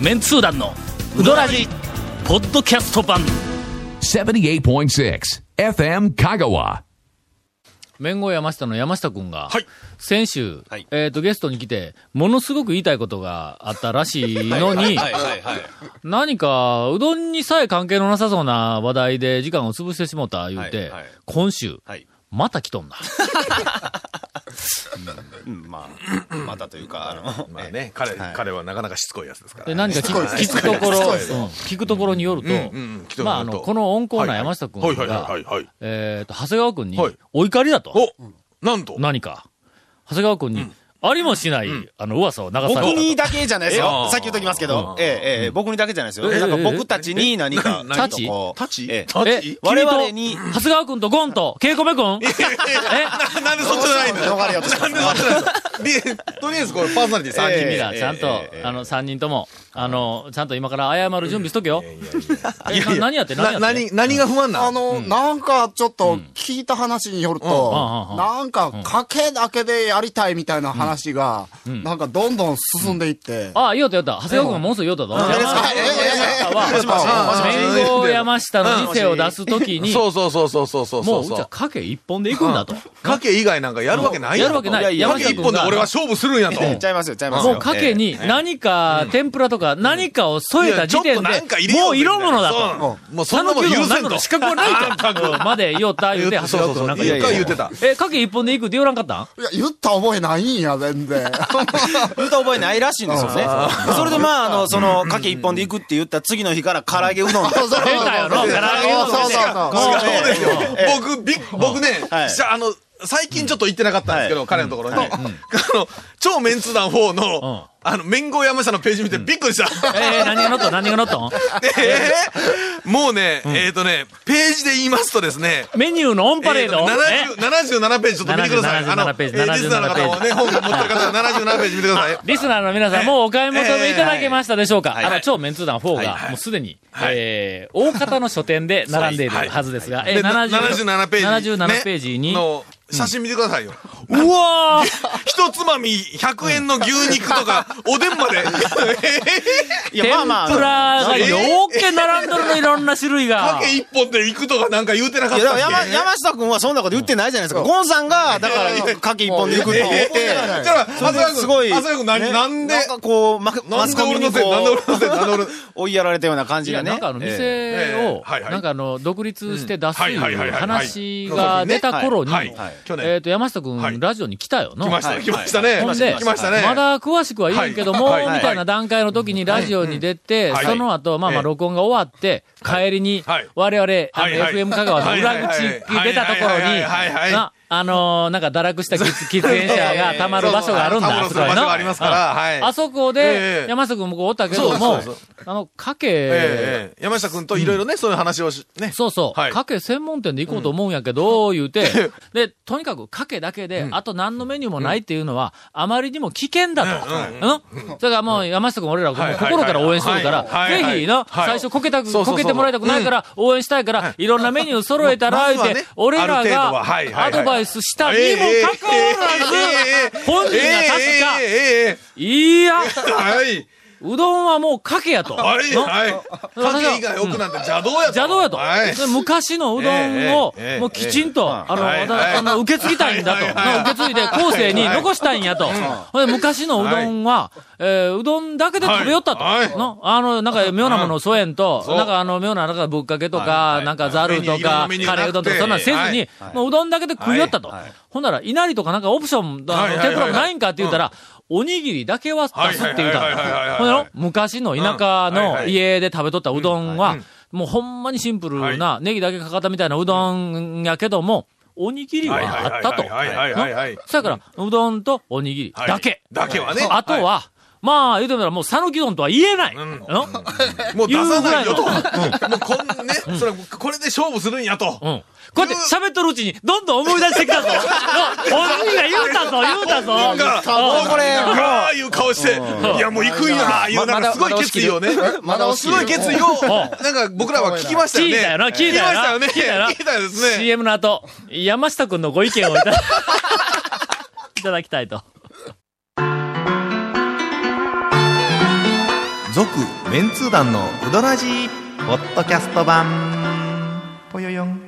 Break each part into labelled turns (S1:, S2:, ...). S1: メンツー団のウドラジポッドキャスト版
S2: 78.6 FM Kagawa.
S3: 面後山下の山下君が、
S4: はい
S3: 先週、
S4: はい
S3: えっ、と、ゲストに来て、ものすごく言いたいことがあったらしいのに、
S4: はいはいはい。
S3: 何か、うどんにさえ関係のなさそうな話題で時間を潰してしもうた言うて、
S4: はいはい
S3: 今週、
S4: はい。
S3: また来とんな。
S4: うん、まあ、またというか、あの、
S5: まあね、彼、彼はなかなかしつこいやつですから。
S3: で何か聞く聞くところ、うん聞くところによると、
S5: うんうん
S3: まあ、あの、この温厚な山下君
S5: はいはいはい
S3: が
S5: はいはい、
S3: えっと、長谷川君に
S5: はい、
S3: お怒りだと。
S5: おなんと
S3: 何か。長谷川君に、ありもしない、あの、噂を流された
S4: 僕
S3: と。
S4: にだけじゃないです
S5: え
S4: よ
S5: あ。ー
S4: さっき言っときますけど、ええ、ええ、僕にだけじゃないですよ。
S3: ええ
S4: なんか
S3: ええ
S4: 僕たちに何か、
S5: え
S4: ちょっとこう
S5: タチ
S4: ええ
S5: タ
S3: え
S5: チ
S4: 我々に、
S3: 長谷川君とゴンと、ケイコメ君
S5: ななんでそっちじゃないんだよ。
S4: 逃れようとしてます
S5: なんでそっちなんだよでとりあえずこれパーソナリティ3
S4: ええ
S5: 人
S3: 君ら、ちゃんと、あの、三人とも、あの、ちゃんと今から謝る準備しとけよ。えな何やって何や
S5: な
S3: って
S5: 何、何が不安な
S6: あ
S5: の
S6: の、なんかちょっと聞いた話によると
S3: う、ん
S6: なんか賭けだけでやりたいみたいな話が、なんかどんどん進んでいって。
S3: ああ、言おうた言おうた。長谷川君がものすごい言おうたぞ。山
S6: えええ
S3: 下
S6: えええ
S3: は、連合山下の店を出すときに、
S5: そうそうそうそうそうそう
S3: も、
S5: そうう
S3: うち
S5: そ
S3: は
S5: う。
S3: 賭け一本で行くんだと。
S5: 賭け以外なんかやるわけない
S3: やるわけない。
S5: 賭
S3: 山
S5: け
S3: 下
S5: 一
S3: 君
S5: 本で
S3: が、
S5: 俺
S3: も
S5: は勝負するんやと。
S4: ええちゃいますよ、ちゃいますよ。
S3: う賭けに何か天ぷらとか何かを添えた時点
S5: いやちょっとなんか入
S3: で、
S5: れよ
S3: も
S5: う
S3: う
S5: ぜみ
S3: 色
S5: たいな
S3: 物だ
S5: そう
S3: と。
S5: うんもうそんなもん許せん
S3: の
S5: と。
S3: 資格は ないと。まで言おった 言うて、長
S5: そう
S3: 谷
S5: そ
S3: 川君な
S5: うそう。
S3: んか
S5: 一
S3: 言う
S5: 回言ってた。
S3: え、かけ一本で行くって言わなかったん
S6: いや、言った覚えないんや、全然。
S4: 言うた覚えないらしいんですよね。それでまあ、あの、その、かけ一本で行くって言った次の日から唐揚げうどん。
S6: そうそうそう
S3: 出たよな唐揚げうどん
S6: そうそうそう
S4: もう
S5: そうですよ
S4: ええ。
S5: 僕、びっ僕ね、
S4: はい
S5: じゃあ、あの、最近ちょっと行ってなかったんですけど、彼のところに。あの、超メンツ団4
S3: うん
S5: の、あの、面後山下のページ見てびっくりした。
S3: えー、何が乗ったん何が乗ったん
S5: でもうね、えっとね、ページで言いますとですね、
S3: メニューのオンパレード、
S5: えーとね70 77ページちょっと見てください。
S3: 77
S5: あの、え
S3: ページ
S5: ーリスナーの方もね、本持ってる方は77ページ見てください。
S3: リスナーの皆さん、もうお買い求めいただけましたでしょうか、
S4: いはい
S3: あの、超メンツー団4が、
S4: はい
S3: もうすでに、えー、大方の書店で並んでいるはずですが、 え
S5: で
S3: ー、70
S5: 77ページ。
S3: 77ページに、
S5: ねの、写真見てくださいよ。
S3: うわー
S5: 一つまみ100円の牛肉 とか、おでんまで。
S4: い
S3: 天
S4: や、まあまあ
S3: ぷらが
S4: いやいや
S3: よーけ並んどるの、いろんな種類
S5: か
S3: が
S5: け。一本で行くとかなんか言うてなかっ
S4: で
S5: たっ
S4: も
S5: け
S4: 山山下君はそんなこと言ってないじゃないですか。ゴンさん が、だから、かけ一本で行くって言って
S6: ええ、
S5: じゃあ、長谷川君、
S4: すごい。
S5: 長谷川君、
S4: ね
S5: なんで、
S4: なんかこう、ま
S5: な
S4: マ
S5: ん
S4: ス
S5: で
S4: コ
S5: 俺
S4: ミ
S5: の
S4: に
S5: せい、
S4: こ
S5: なんで俺
S4: う、
S5: のせい、なんで俺のせい。
S4: 追いやられたような感
S3: い
S4: じ
S3: や、
S4: がね。
S3: なんかあの、
S4: ええ
S3: 店を、
S5: えーはいはい
S3: なんかあの、独立して出すとい
S5: うんはいはいは
S3: う
S5: いはい
S3: 話が出た頃に、
S5: はい、はい
S3: え
S5: 去
S3: っ
S5: 年。
S3: と、山下く
S5: は
S3: ん、
S5: い
S3: ラジオに来たよの。
S5: 来まし
S4: は
S5: た、
S4: い
S5: 来ましたね。
S3: ほんで
S5: 来ましたね。
S3: まだ詳しくは言えんけども、
S5: はいはい
S3: みたいな段階の時にラジオに出て、
S5: はい
S3: その後、まあま
S5: え
S3: あ
S5: え
S3: 録音が終わって、帰りに
S5: はい、
S3: 我々、あの
S5: はいはい
S3: FM 香川の裏口に出たところ
S5: は
S3: に、
S5: いはいはい
S3: なあのーなんか堕落 した喫喫煙者が溜まる場所があるんだ、
S5: そうそうそうタモロする場所がありますから、はい。
S3: あそこ
S5: え
S3: で
S5: え、
S3: 山下君もこうおったけど
S5: そ
S3: も
S5: うそう、
S3: あの、か
S5: え
S3: け、
S5: えええ山下君といろいろね、そういう話をし、ね。
S3: そうそう、
S5: はい
S3: かけ専門店で行こうと思うんやけど、言う て、で、とにかくかけだけで、あと何のメニューもないっていうのは、あまりにも危険だと。うん、それからもう、山下君、俺ら、
S5: はいはい
S3: 心から応援しとるから、
S5: はいはい
S3: ぜひな、
S5: は
S3: 最
S5: い
S3: 初こけたく、
S5: そうそうそう
S3: こけてもらいたくないから、応援したいから、い、ろんなメニュー揃えたら、
S5: ま
S3: 言う
S5: まず
S3: て、
S5: はね
S3: 俺ら
S5: ある程度は
S3: が
S5: はいはいは
S3: ア
S5: い
S3: ドバイスしたにもかかわらず、本人が確か、
S5: えええええええええええ
S3: いや、
S5: えはい。
S3: うどんはもうかけやと。
S5: はい、
S3: の
S5: はい。かけ以外奥なんて邪道やと。
S3: 邪道やと。
S5: はい。
S3: で昔のうどんを
S5: ええええ、
S3: もうきちんと、あの、
S5: はい
S3: わた
S5: はい
S3: あの受け継ぎたいんだと。
S5: はいはい
S3: 受け継いで後世に残したいんやと。ほんで昔のうどんは、えーうどんだけで食べよったと。
S5: はいはい
S3: のあの、なんか妙なものを添えんと、
S5: う
S3: なんかあの妙な、なんかぶっかけと
S5: はいは
S3: か、
S5: い
S3: なんかざるとか、カ
S5: メ
S3: レ
S5: ニュー
S3: ーうどんとか、そんなんせずに、もううどんだけで食いよったと。ほんなら、いなりとかなんかオプション、あ
S5: はいはい
S3: の
S5: はい
S3: 天ぷらもないんかって言ったら、おにぎりだけは出すって言うた
S5: はいはいはいはい
S3: の。
S5: はいはい
S3: ほんなら、昔の田舎
S5: うんはい
S3: の
S5: はい
S3: 家で食べとったうどんは、もうほんまにシンプルな、ネギだけかかったみたいなうどんやけども、おにぎりはあったと。
S5: はいはいはいはいはいはい
S3: のそやから、うどんとおにぎりだけ。
S5: だけはね。
S3: あとは、まあ、言うてみたらもう、讃岐うどんとは言えない。
S5: ん
S3: の
S5: もう出さないよと。
S3: 言
S5: も
S3: う
S5: うこんね、それこれで勝負するんやと。
S3: うん。こうやって喋っとるうちに、どんどん思い出してきた ぞ。の本人が言うたぞ、言うたぞ。
S5: なんか、
S4: もうこれ、もう
S5: ああいう顔して、いやもう行くんやな、いう、なんかすごい決意をね。
S6: まだ
S5: すごい決意を、なんか僕らは聞きましたよ
S3: 聞
S5: ね。
S3: いたよな、聞いたよな。
S5: 聞きましたよね。聞いたですね。
S3: CM の後、山下くんのご意見をい たいただきたいと。
S7: 続メンツー団のうどらじポッドキャスト版ぽよよん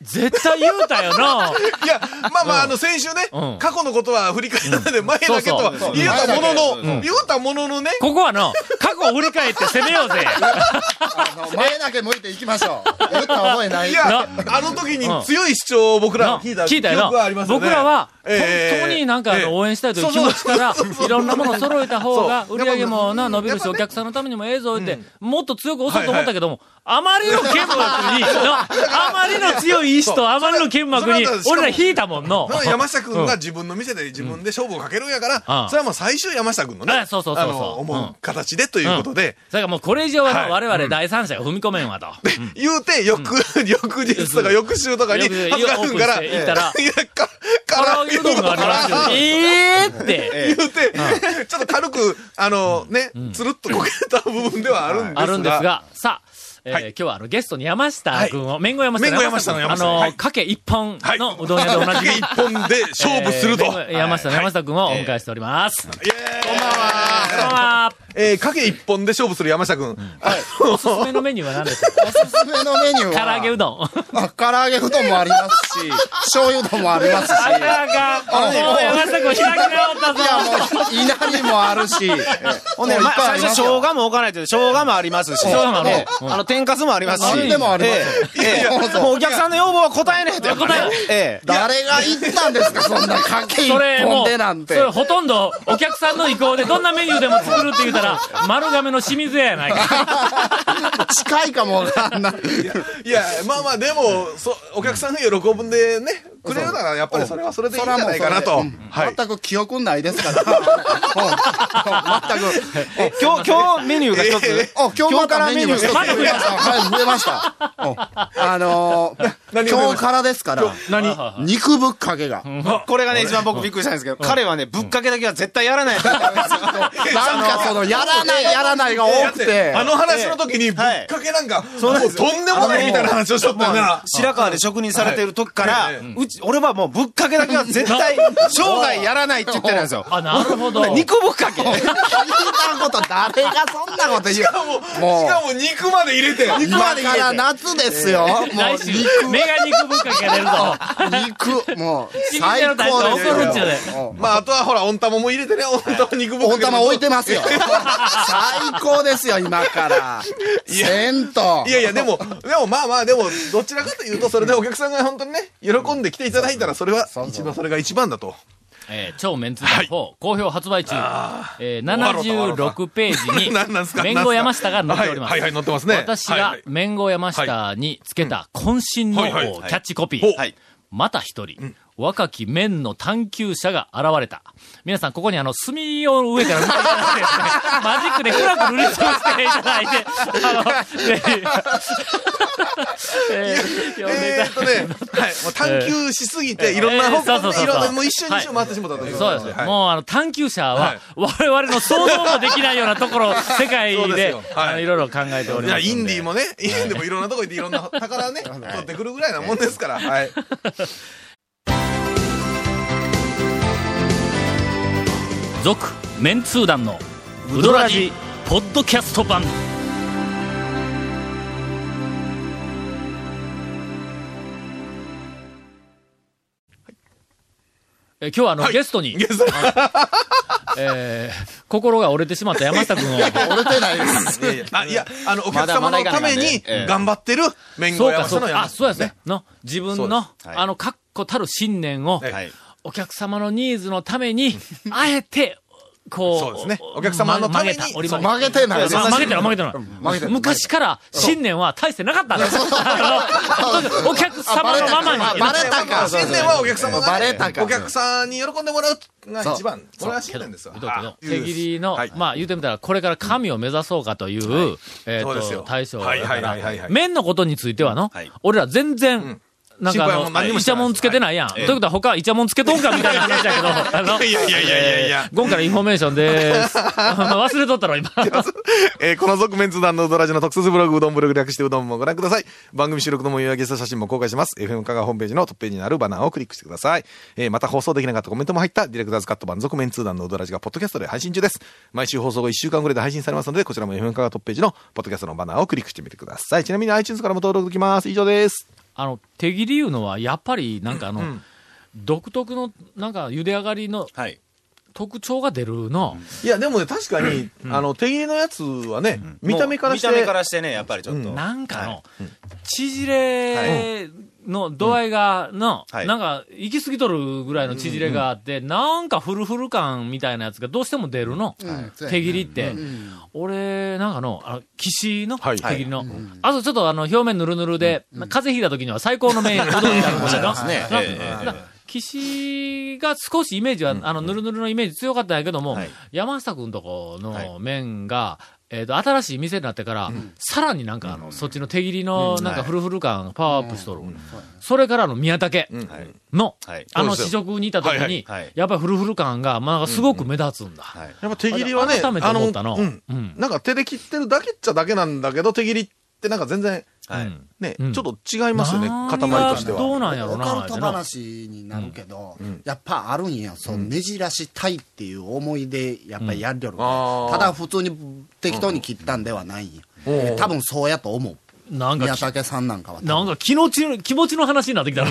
S3: 絶対言うたよな。
S5: いや、まあまあ、あの、先週ね
S3: うん、
S5: 過去のことは振り返らないで、前だけとは
S3: そう
S5: 言えたものの、言うたもののね、
S3: ここはの、過去を振り返って攻めよう ぜ。
S6: あの前だけ向いていきましょう。やった覚えない。
S5: いや、
S3: な
S5: あの時に強い主張を僕ら
S3: な
S5: は聞いた
S3: 聞いた
S5: 記
S3: よ
S5: 憶はあり
S3: な。
S5: ますよね。
S3: 僕らは、本
S5: ええ
S3: 当になんかあ
S5: ええ
S3: の応援したいという気持ちから、いろんなものを揃えた方が、売り上げもな、伸びるし、お客さんのためにもええぞ、って、もっと強く押そうと思ったけども、あまりの剣幕に、 なあまりの強い意志とあまりの剣幕に
S5: それは、
S3: 俺ら引いたもんの
S5: だ。から山下君が自分の店で自分で勝負をかけるんやから、
S3: うん
S5: それはもう最終山下君のね、
S3: あそうそうそうそう
S5: あの
S3: うん
S5: 思う形でということで、
S3: だからもうこれ以上はな
S5: はい
S3: 我々第三者が踏み込めんわと。
S5: 言うて、翌、翌日とか翌週とかに、
S3: 翌日
S5: 恥ずかしんから、
S3: オープンして行ったら
S5: いや、か、
S3: カラオ
S5: から
S3: ケうどんがあります よ。ええって。
S5: 言うて、ちょっと軽く、あの、ね、つるっとこけた部分ではあるんですが。
S3: あるんですが、さあ、えー
S5: はい
S3: 今日はあのゲストに山下君を、めんご山下
S5: めんご山下の山下
S3: あのー、
S5: はい
S3: かけ一本
S5: はい
S3: のうどん屋でおなじみ。
S5: 一本で勝負すると。
S3: えーめんご山下の山下君をお迎えしております。
S5: イエーイ
S3: こんばんは
S5: えー、影一本で勝負する山下君。
S3: おすすめのメニューは何ですか
S6: おすすめのメニュー
S3: 唐
S6: は、
S3: 揚げうどん。
S6: あ唐揚げうどんもありますし、醤油うどんもありますし、
S3: あかんあかんもう山下君開き直ったぞ。
S6: いやもう、稲荷もあるし、
S4: ほんで、まあ、最初、生姜も置かないと、生姜もありますし、
S3: 生姜もある
S4: ええ
S3: うん
S4: あの、天かすもありますし。
S6: 何でもあります
S4: ええええもうお客さんの要望は答えねえと。
S3: 答え
S4: ええ。
S6: 誰が言ったんですか、そんなかけ一
S3: それも
S6: 本
S3: う、
S6: でなん
S3: そ
S6: て。
S3: れほとんどお客さんの意向でどんなメニューでも作るって言うたら、丸亀の清水屋やないか。
S6: 近いかもわかんない。
S5: いや、まあまあ、でも、そお客さんが喜んでね、くれるなら、やっぱりそれはそれでいいんじゃないかなと。
S6: うん
S5: はい。
S6: 全く記憶ないですから。うんうん全く。
S4: え今日、今日メニューが 一つ。
S6: あ、今日またメニュー一つ増えま
S3: まだ増え
S6: した。はい、増えました。うんあのー
S5: 何が増えました
S6: 今日からですから、
S3: 何
S6: 肉ぶっかけが。なん
S4: これがね、一番僕びっくりしたんですけど、彼はね、ぶっかけだけは絶対やらないって言ったんですよ。
S6: かその、やらない、やらないが多くて
S5: あ、の話の時に、ぶっかけなんか、もうとんでもないみたいな話をしとったよな。
S4: 白川で職人されてる時から
S5: はいえ、
S4: うち、俺はもうぶっかけだけは絶対、生涯やらないって言ってるんですよ。
S3: あ、なるほど。
S4: 肉ぶっかけ
S6: 聞いたこと、誰がそんなこと言う。も
S5: し
S6: う
S5: か、も肉まで入れて。
S6: 今から夏ですよ。もう、
S3: 来週、メガ肉ぶっかけやれるぞ。
S6: 肉、肉、もう、
S3: 清水
S6: 最
S3: 屋の大将
S6: 高ですよ
S3: 怒るんちゅうね。
S5: まあ、あとはほら、温玉も入れてね、温玉肉ぶっかけ。
S6: 温玉置いてますよ。最高ですよ、今から。せんと。
S5: いやいや、でも、でもまあまあ、でも、どちらかというと、それでお客さんが本当にね、喜んで来ていただいたら、それは、一番、それが一番だと。
S3: えー超メンツ団4、好評発売中、えー、76ページ
S5: 何 なんすか
S3: に、メンゴ山下が載っております。
S5: はいはいはい載ってますね
S3: 私
S5: はい
S3: が
S5: はい
S3: メンゴ山下につけた渾身の
S5: はいはい
S3: こうキャッチコピ
S5: ほう
S3: ー。また一人、若き麺の探求者が現れた。皆さん、ここにあの、炭を上から見ていただいてですね、マジック で暗く塗りつぶしていただいて、あの、ぜひ、えー読んでいた
S5: え
S3: だ
S5: ーっとね、 はい、もう探求しすぎて、いろんな方向で、いろんな、もう一瞬一瞬回ってしまったということ
S3: そう
S5: なん
S3: です、
S5: はい
S3: もうあの探求者は
S5: は、
S3: 我々の想像もできないようなと ころを世界
S5: そうです
S3: で
S5: よはい
S3: あのいろいろ考えており
S5: い
S3: ま
S5: や、
S3: す
S5: インディー
S3: も
S5: もね、インディーもいろんなとこ行っていろんな宝ね、取ってくるぐらいなもんですから、はい。
S3: 続メンツー団のウドラジポッドキャスト版え今日はあの、ゲストに、
S5: ゲスト
S3: えー心が折れてしまった山下 君を、
S6: 折れてないです。
S5: あ、いや、あの、お客様のために頑張ってる、麺
S3: そ
S5: 小
S3: うか、
S5: 山
S3: そう
S5: 下の
S3: か。
S5: 山
S3: あ、そうやそうや。の、自分の、
S4: はい
S3: あの、確固たる信念を、
S5: はい
S3: お客様のニーズのために、あえて、こう。
S5: そうですねお客様のために
S3: ま曲げた、折り曲げ
S6: 曲げてないです。
S3: た。ま曲げてない、曲げて
S6: 曲げて
S3: な。
S6: ないい
S3: 昔から信念は大してなかったんだよ。あのとにか くお客様のままに。
S6: あバレたか。
S5: 新年はお客様が
S6: バ
S5: ね、
S6: レたか
S5: お客さんに喜んでもらうのが一番。これは新年ですよ。
S3: けどけど
S5: あ
S3: 手切りの、
S5: はい
S3: まあ言うてみたら、これから神を目指そうかという、えっ、
S5: そうです
S3: と、
S5: よ
S3: 大将
S5: はい
S3: だか
S5: はいはいはいは
S3: ら
S5: い、
S3: 麺のことについてはの、
S4: はい
S3: 俺ら全然、なんかあ
S5: 心配
S3: の
S5: も何にも
S3: イ
S5: し
S3: チ
S5: て
S3: ャ
S5: な
S3: モ
S5: いです
S3: ンつけてないやん。ということは他イチャモンつけとんかみたいな話だけど、あの、
S5: いやいやいやいやいや。
S3: ゴンからインフォメーションでーす。 忘れとったろ、今。
S5: えーこの続面図団のうどらじの特設ブログ、うどんブログ略してうどんもご覧ください。番組収録の模様やゲスト写真も公開します。FM 香川ホームページのトップページにあるバナーをクリックしてください。えーまた放送できなかったコメントも入ったディレクターズカット版続面通談のうどらじがポッドキャストで配信中です。毎週放送後1週間ぐらいで配信されますので、こちらも FM 香川トップページのポッドキャストのバナーをクリックしてみてください。ちなみに iTunes からも登録できます。以上です。
S3: あの、手切りいうのは、やっぱり、なんかあの、独特の、なんか、茹で上がりの
S4: はい。
S3: 特徴が出るの。
S5: いや、でもね、確かに、あの、手切りのやつはね、
S4: 見た目からしてね、やっぱりちょっと。
S3: なんかの、縮れの度合いが、の、
S4: はい
S3: なんか、行き過ぎとるぐらいの縮れがあって、なんかフルフル感みたいなやつがどうしても出るの。手切りって。俺、なんかの、あの、岸の
S5: は
S3: 手
S5: い
S3: 切りの。あとちょっとあの、表面ぬるぬるで、風邪ひいた時には最高の麺、うどんになるもんね
S4: ですね
S3: な
S4: ええええ
S3: な岸が少しイメージは、あの、ぬるぬるのイメージ強かったんやけども、
S4: はい
S3: 山下くんとこ
S4: はい
S3: の麺が、えっ、と、新しい店になってから、さらになんかあの、そっちの手切りの、なんかフルフル感、パワーアップしとる。それからあの宮武
S4: はい。
S3: の、
S4: はい
S3: あの試食にいた時に、
S5: は
S4: は
S5: い
S4: いはい
S3: やっぱりフルフル感が、まあ、すごく目立つんだ。
S4: はい。
S5: やっぱ手切りはね、
S3: 改めて思ったの
S5: うん
S3: うん
S5: なんか手で切ってるだけっちゃだけなんだけど、手切りってなんか全然、
S4: はい
S3: うん
S5: ね、
S3: うん
S5: ちょっと違いますよね、
S3: 何
S5: 塊
S3: が
S5: として
S3: どう
S5: は。
S3: なんやろ
S6: オ
S3: な、
S6: カル
S3: っ
S6: ト
S3: てな
S6: 話になるけど、やっぱあるんや、そのねじらしたいっていう思いで、やっぱりやんりょるから、
S5: うんあー
S6: ただ普通に適当に切ったんではないんや、
S5: うん
S6: 多分そうやと思う、
S3: なん
S6: 宮
S3: かき、
S6: 武さんなんかは多分
S3: なんか気のち気持ちの話になってきたな。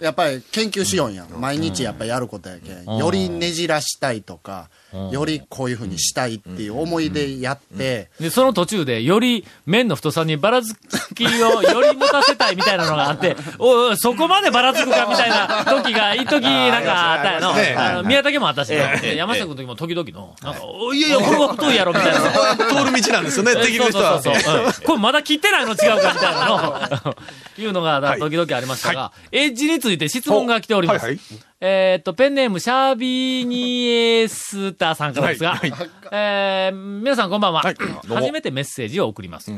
S6: やっぱり研究しようんや、毎日やっぱやることやけん、
S3: うん
S6: よりねじらしたいとか、よりこういうふうにしたいっていう思いでやって、
S3: で、 その途中で、より麺の太さにばらつきをより持たせたいみたいなのがあって、 おいおい、そこまでばらつくかみたいな時が、一時なんかあったや
S5: ありますね
S3: の。あの宮武もあったしな、
S4: ええ
S3: で山下君の時も時々の、なんか、おいやいや、これは太いやろみたいな。
S5: 通る道なんですよね、手切りの人は。
S3: そうそうそうそううんこれまだ切ってないの違う かみたいなのをいうのがだ時々ありましたが、エッジについて質問が来ております。
S5: はいはい
S3: えーっと、ペンネーム、シャービーニエスターさんからですが、
S5: はい
S3: えー皆さんこんばんは、
S5: はいどうも
S3: 初めてメッセージを送ります。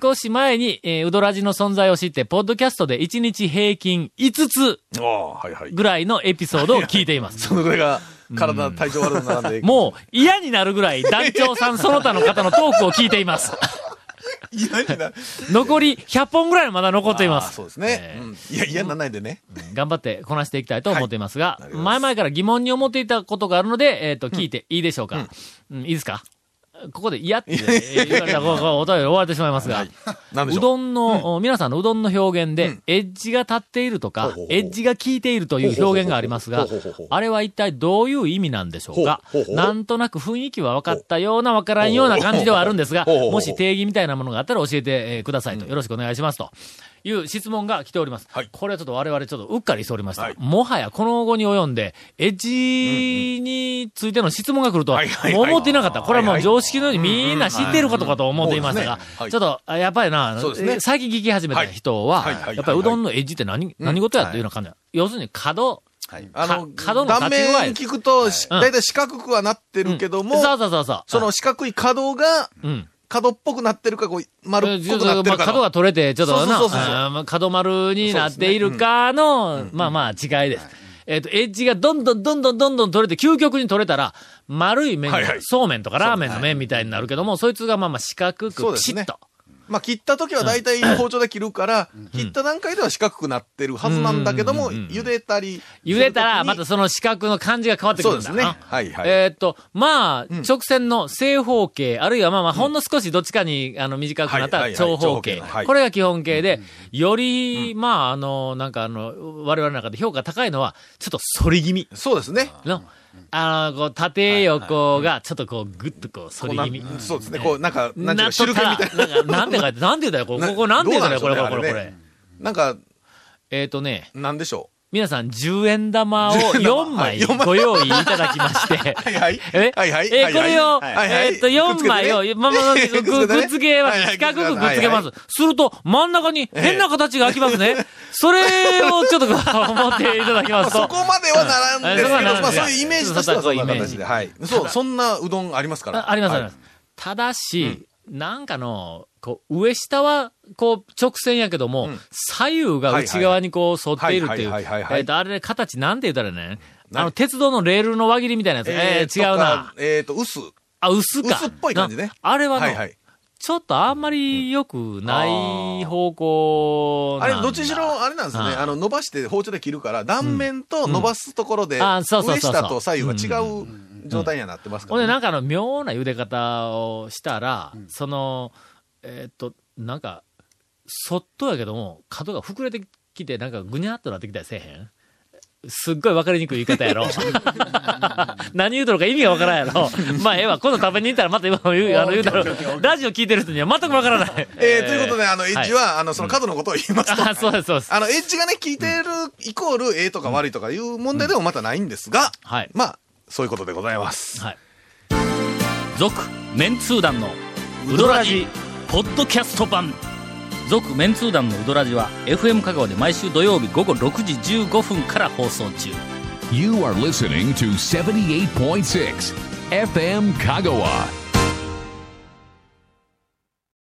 S3: 少し前に、えー、ウドラジの存在を知って、ポッドキャストで1日平均5つ
S5: ああ、はいはい。
S3: ぐらいのエピソードを聞いています。
S5: そのぐらいが、体、体調悪くならんで。
S3: もう嫌になるぐらい団長さんその他の方のトークを聞いています。
S5: う、嫌になる。
S3: 残り100本ぐらいまだ残っていま
S5: ああ
S3: す
S5: そう。ですね。うんいや、嫌にならないでね。
S3: 頑張ってこなしていきたいと思っていますが、
S5: い
S3: 前々から疑問に思っていたことがあるので、えっ、と、聞いていいでしょうか、うんいいですかここで嫌って言われたら、お便り終われてしまい ますが、
S5: なんでし
S3: う
S5: ょう。
S3: どんの、皆さんのうどんの表現で、エッジが立っていると
S5: ほう
S3: か
S5: ほうほ、う
S3: エッジが効いているという表現がありますが
S5: ほうほうほう、
S3: あれは一体どういう意味なんでしょうか
S5: ほうほうほう
S3: なんとなく雰囲気は分かったような分からんような感じではあるんですが、
S5: ほうほうほう
S3: もし定義みたいなものがあったら教えてえーくださいと、よろしくお願いしますと。いう質問が来ております。
S5: はい
S3: これはちょっと我々ちょっとうっかりしておりました。
S5: はい
S3: もはやこの後に及んで、エッジについての質問が来るとは
S5: はいはいはい
S3: 思っていなかった。これはも
S5: は
S3: う
S5: いはい
S3: 常識のようにみんな知っていることかと思っていました
S5: うん
S3: が
S5: うんうんそうですねは、い
S3: ちょっと、あやっぱりな、
S5: そうですね
S3: え最近聞き始めた人
S5: はいはいはい
S3: は
S5: は、い
S3: やっぱりうどんのエッジって何、何事やっていうような感じだ。要するに角、
S4: はい。
S5: あ
S3: か
S5: の、
S3: 角の立
S5: 断
S3: ち具合
S5: 面聞くと、し
S3: うん
S5: 大体四角くはなってるけども、
S3: そうそうそうそう。
S5: その四角い角が、
S3: うん。
S5: 角っぽくなってるか、こう、丸っ
S3: ちょ
S5: ぽ
S3: っ
S5: くな
S3: と
S5: って
S3: ま
S5: る
S3: あ
S5: か
S3: 角
S5: の。
S3: が取れて、ちょっとな
S5: そうそうそうそう
S3: あー角丸になっているかの、まあまあ違いです。えっ、と、エッジがどんどんどんどんどんどん取れて、究極に取れたら、丸い麺が、
S5: はいはい
S3: そうめんとかラーメンの麺みたいになるけども、そいつがまあまあ四角
S5: そ
S3: く、
S5: うで
S3: ピシ
S5: す
S3: ッ
S5: ね
S3: と。
S5: まあ、切った時は大体包丁で切るから、切った段階では四角くなってるはずなんだけども、茹でたり。
S3: 茹でたら、また
S5: す
S3: その四角の感じが変わってくるんだな。
S5: そうですねはいはい
S3: えーっと、まあ、直線の正方形、あるいはまあまあ、ほんの少しどっちかに、あの、短くなった
S5: は
S3: ら
S5: いはいはい
S3: 長方形
S5: 長方形のは。い
S3: これが基本形で、より、るまあ、あの、なんかあの、我々の中で評価高いのは、ちょっと反り気味
S5: る。そうですね。
S3: の、あの、こう、縦横が、ちょっとこう、ぐっとこう、反
S5: こう
S3: り
S5: な
S3: 気味。
S5: そうですね。こう、なんか、なんていう
S3: な
S5: か、
S3: っと
S5: 汁
S3: った
S5: 気み
S3: ら、
S5: たい
S3: な
S5: な。
S3: んか、なんて書いて、なんて言うんだよ、ここ、ここなんて言うんだよ、これ、これ、これ、これ。
S5: なんか、
S3: えーっとね、
S5: なんでしょ
S3: 皆さん10円玉を4枚
S5: 10円玉
S3: ご用意いただきまして。
S5: う。はいはい。
S3: え
S5: はいはい。
S3: え
S5: は
S3: ー
S5: い
S3: こ
S5: はい
S3: れを、
S5: はいはい
S3: えーっと、4枚を、まあまあまあ、
S5: くっ
S3: ぐ
S5: つけてね
S3: くっつけま
S5: はい
S3: す。
S5: はい
S3: 四角くくっつけます。すると、真ん中に変な形が開きますね。それをちょっとこう、持っていただきますと。
S5: そこまではならんですけ
S3: うんあそ
S5: ど、
S3: こはならん
S5: まあ
S3: です
S5: そういうイメージとしては
S3: そ
S5: そうう
S3: い
S5: いうう
S3: イメー
S5: 形
S3: ジ
S5: で。はい。そう、そんなうどんありますから。
S3: ああります、ありま
S5: はい
S3: す。ただし、なんかの、こう、上下は、こう、直線やけども、左右が内側にこう、沿っているっていう。
S5: はいはいはいはいはいはい
S3: えっと、あれ、形なんて言ったらね、あの、鉄道のレールの輪切りみたいなやつ。えー、違うな。。
S5: えっと、薄。
S3: あ、薄か。
S5: 薄っぽい感じね
S3: なあれは
S5: はい
S3: ね、
S5: はい。
S3: ちょっとあんまり良くない方向
S5: あれ、
S3: なんだ
S5: どっちにしろ、あれなんですね。
S3: あー
S5: あの、伸ばして包丁で切るから、断面と伸ばすところ
S3: う
S5: で、
S3: んあー
S5: 上
S3: そうそうそうそう
S5: 下と左右は違う状態にはなってますか
S3: ほん
S5: ら
S3: で、
S5: ね。
S3: なんかあの、妙な茹で方をしたら、その、えーっと、なんか、そっとやけども、角が膨れてきて、なんかぐにゃっとなってきたりせえへんすっごいわかりにくい言い方や ろ。何言うとるか意味がわからんやろ。まあ、ええわ、今度食べに行ったらまた今も言う、あの、言うたら、ラジオ聞いてる人には全くわからない。
S5: えーということで、あの、エッジ
S3: は
S5: は、あの、その角のことを言いますと
S3: い、 あ、そうです、そうです。
S5: あの、エッジがね、効いてる、イコール、ええとか悪いとかいう問題でもまたないんですが、
S3: はい
S5: まあ、そういうことでございます。
S3: はい。続、メンツー団のウドラジ、ポッドキャスト版。続、メンツー団のウドラジは、FM 香川で毎週土曜日午後6時15分から放送中。
S2: You are listening to 78.6 FM Kagawa.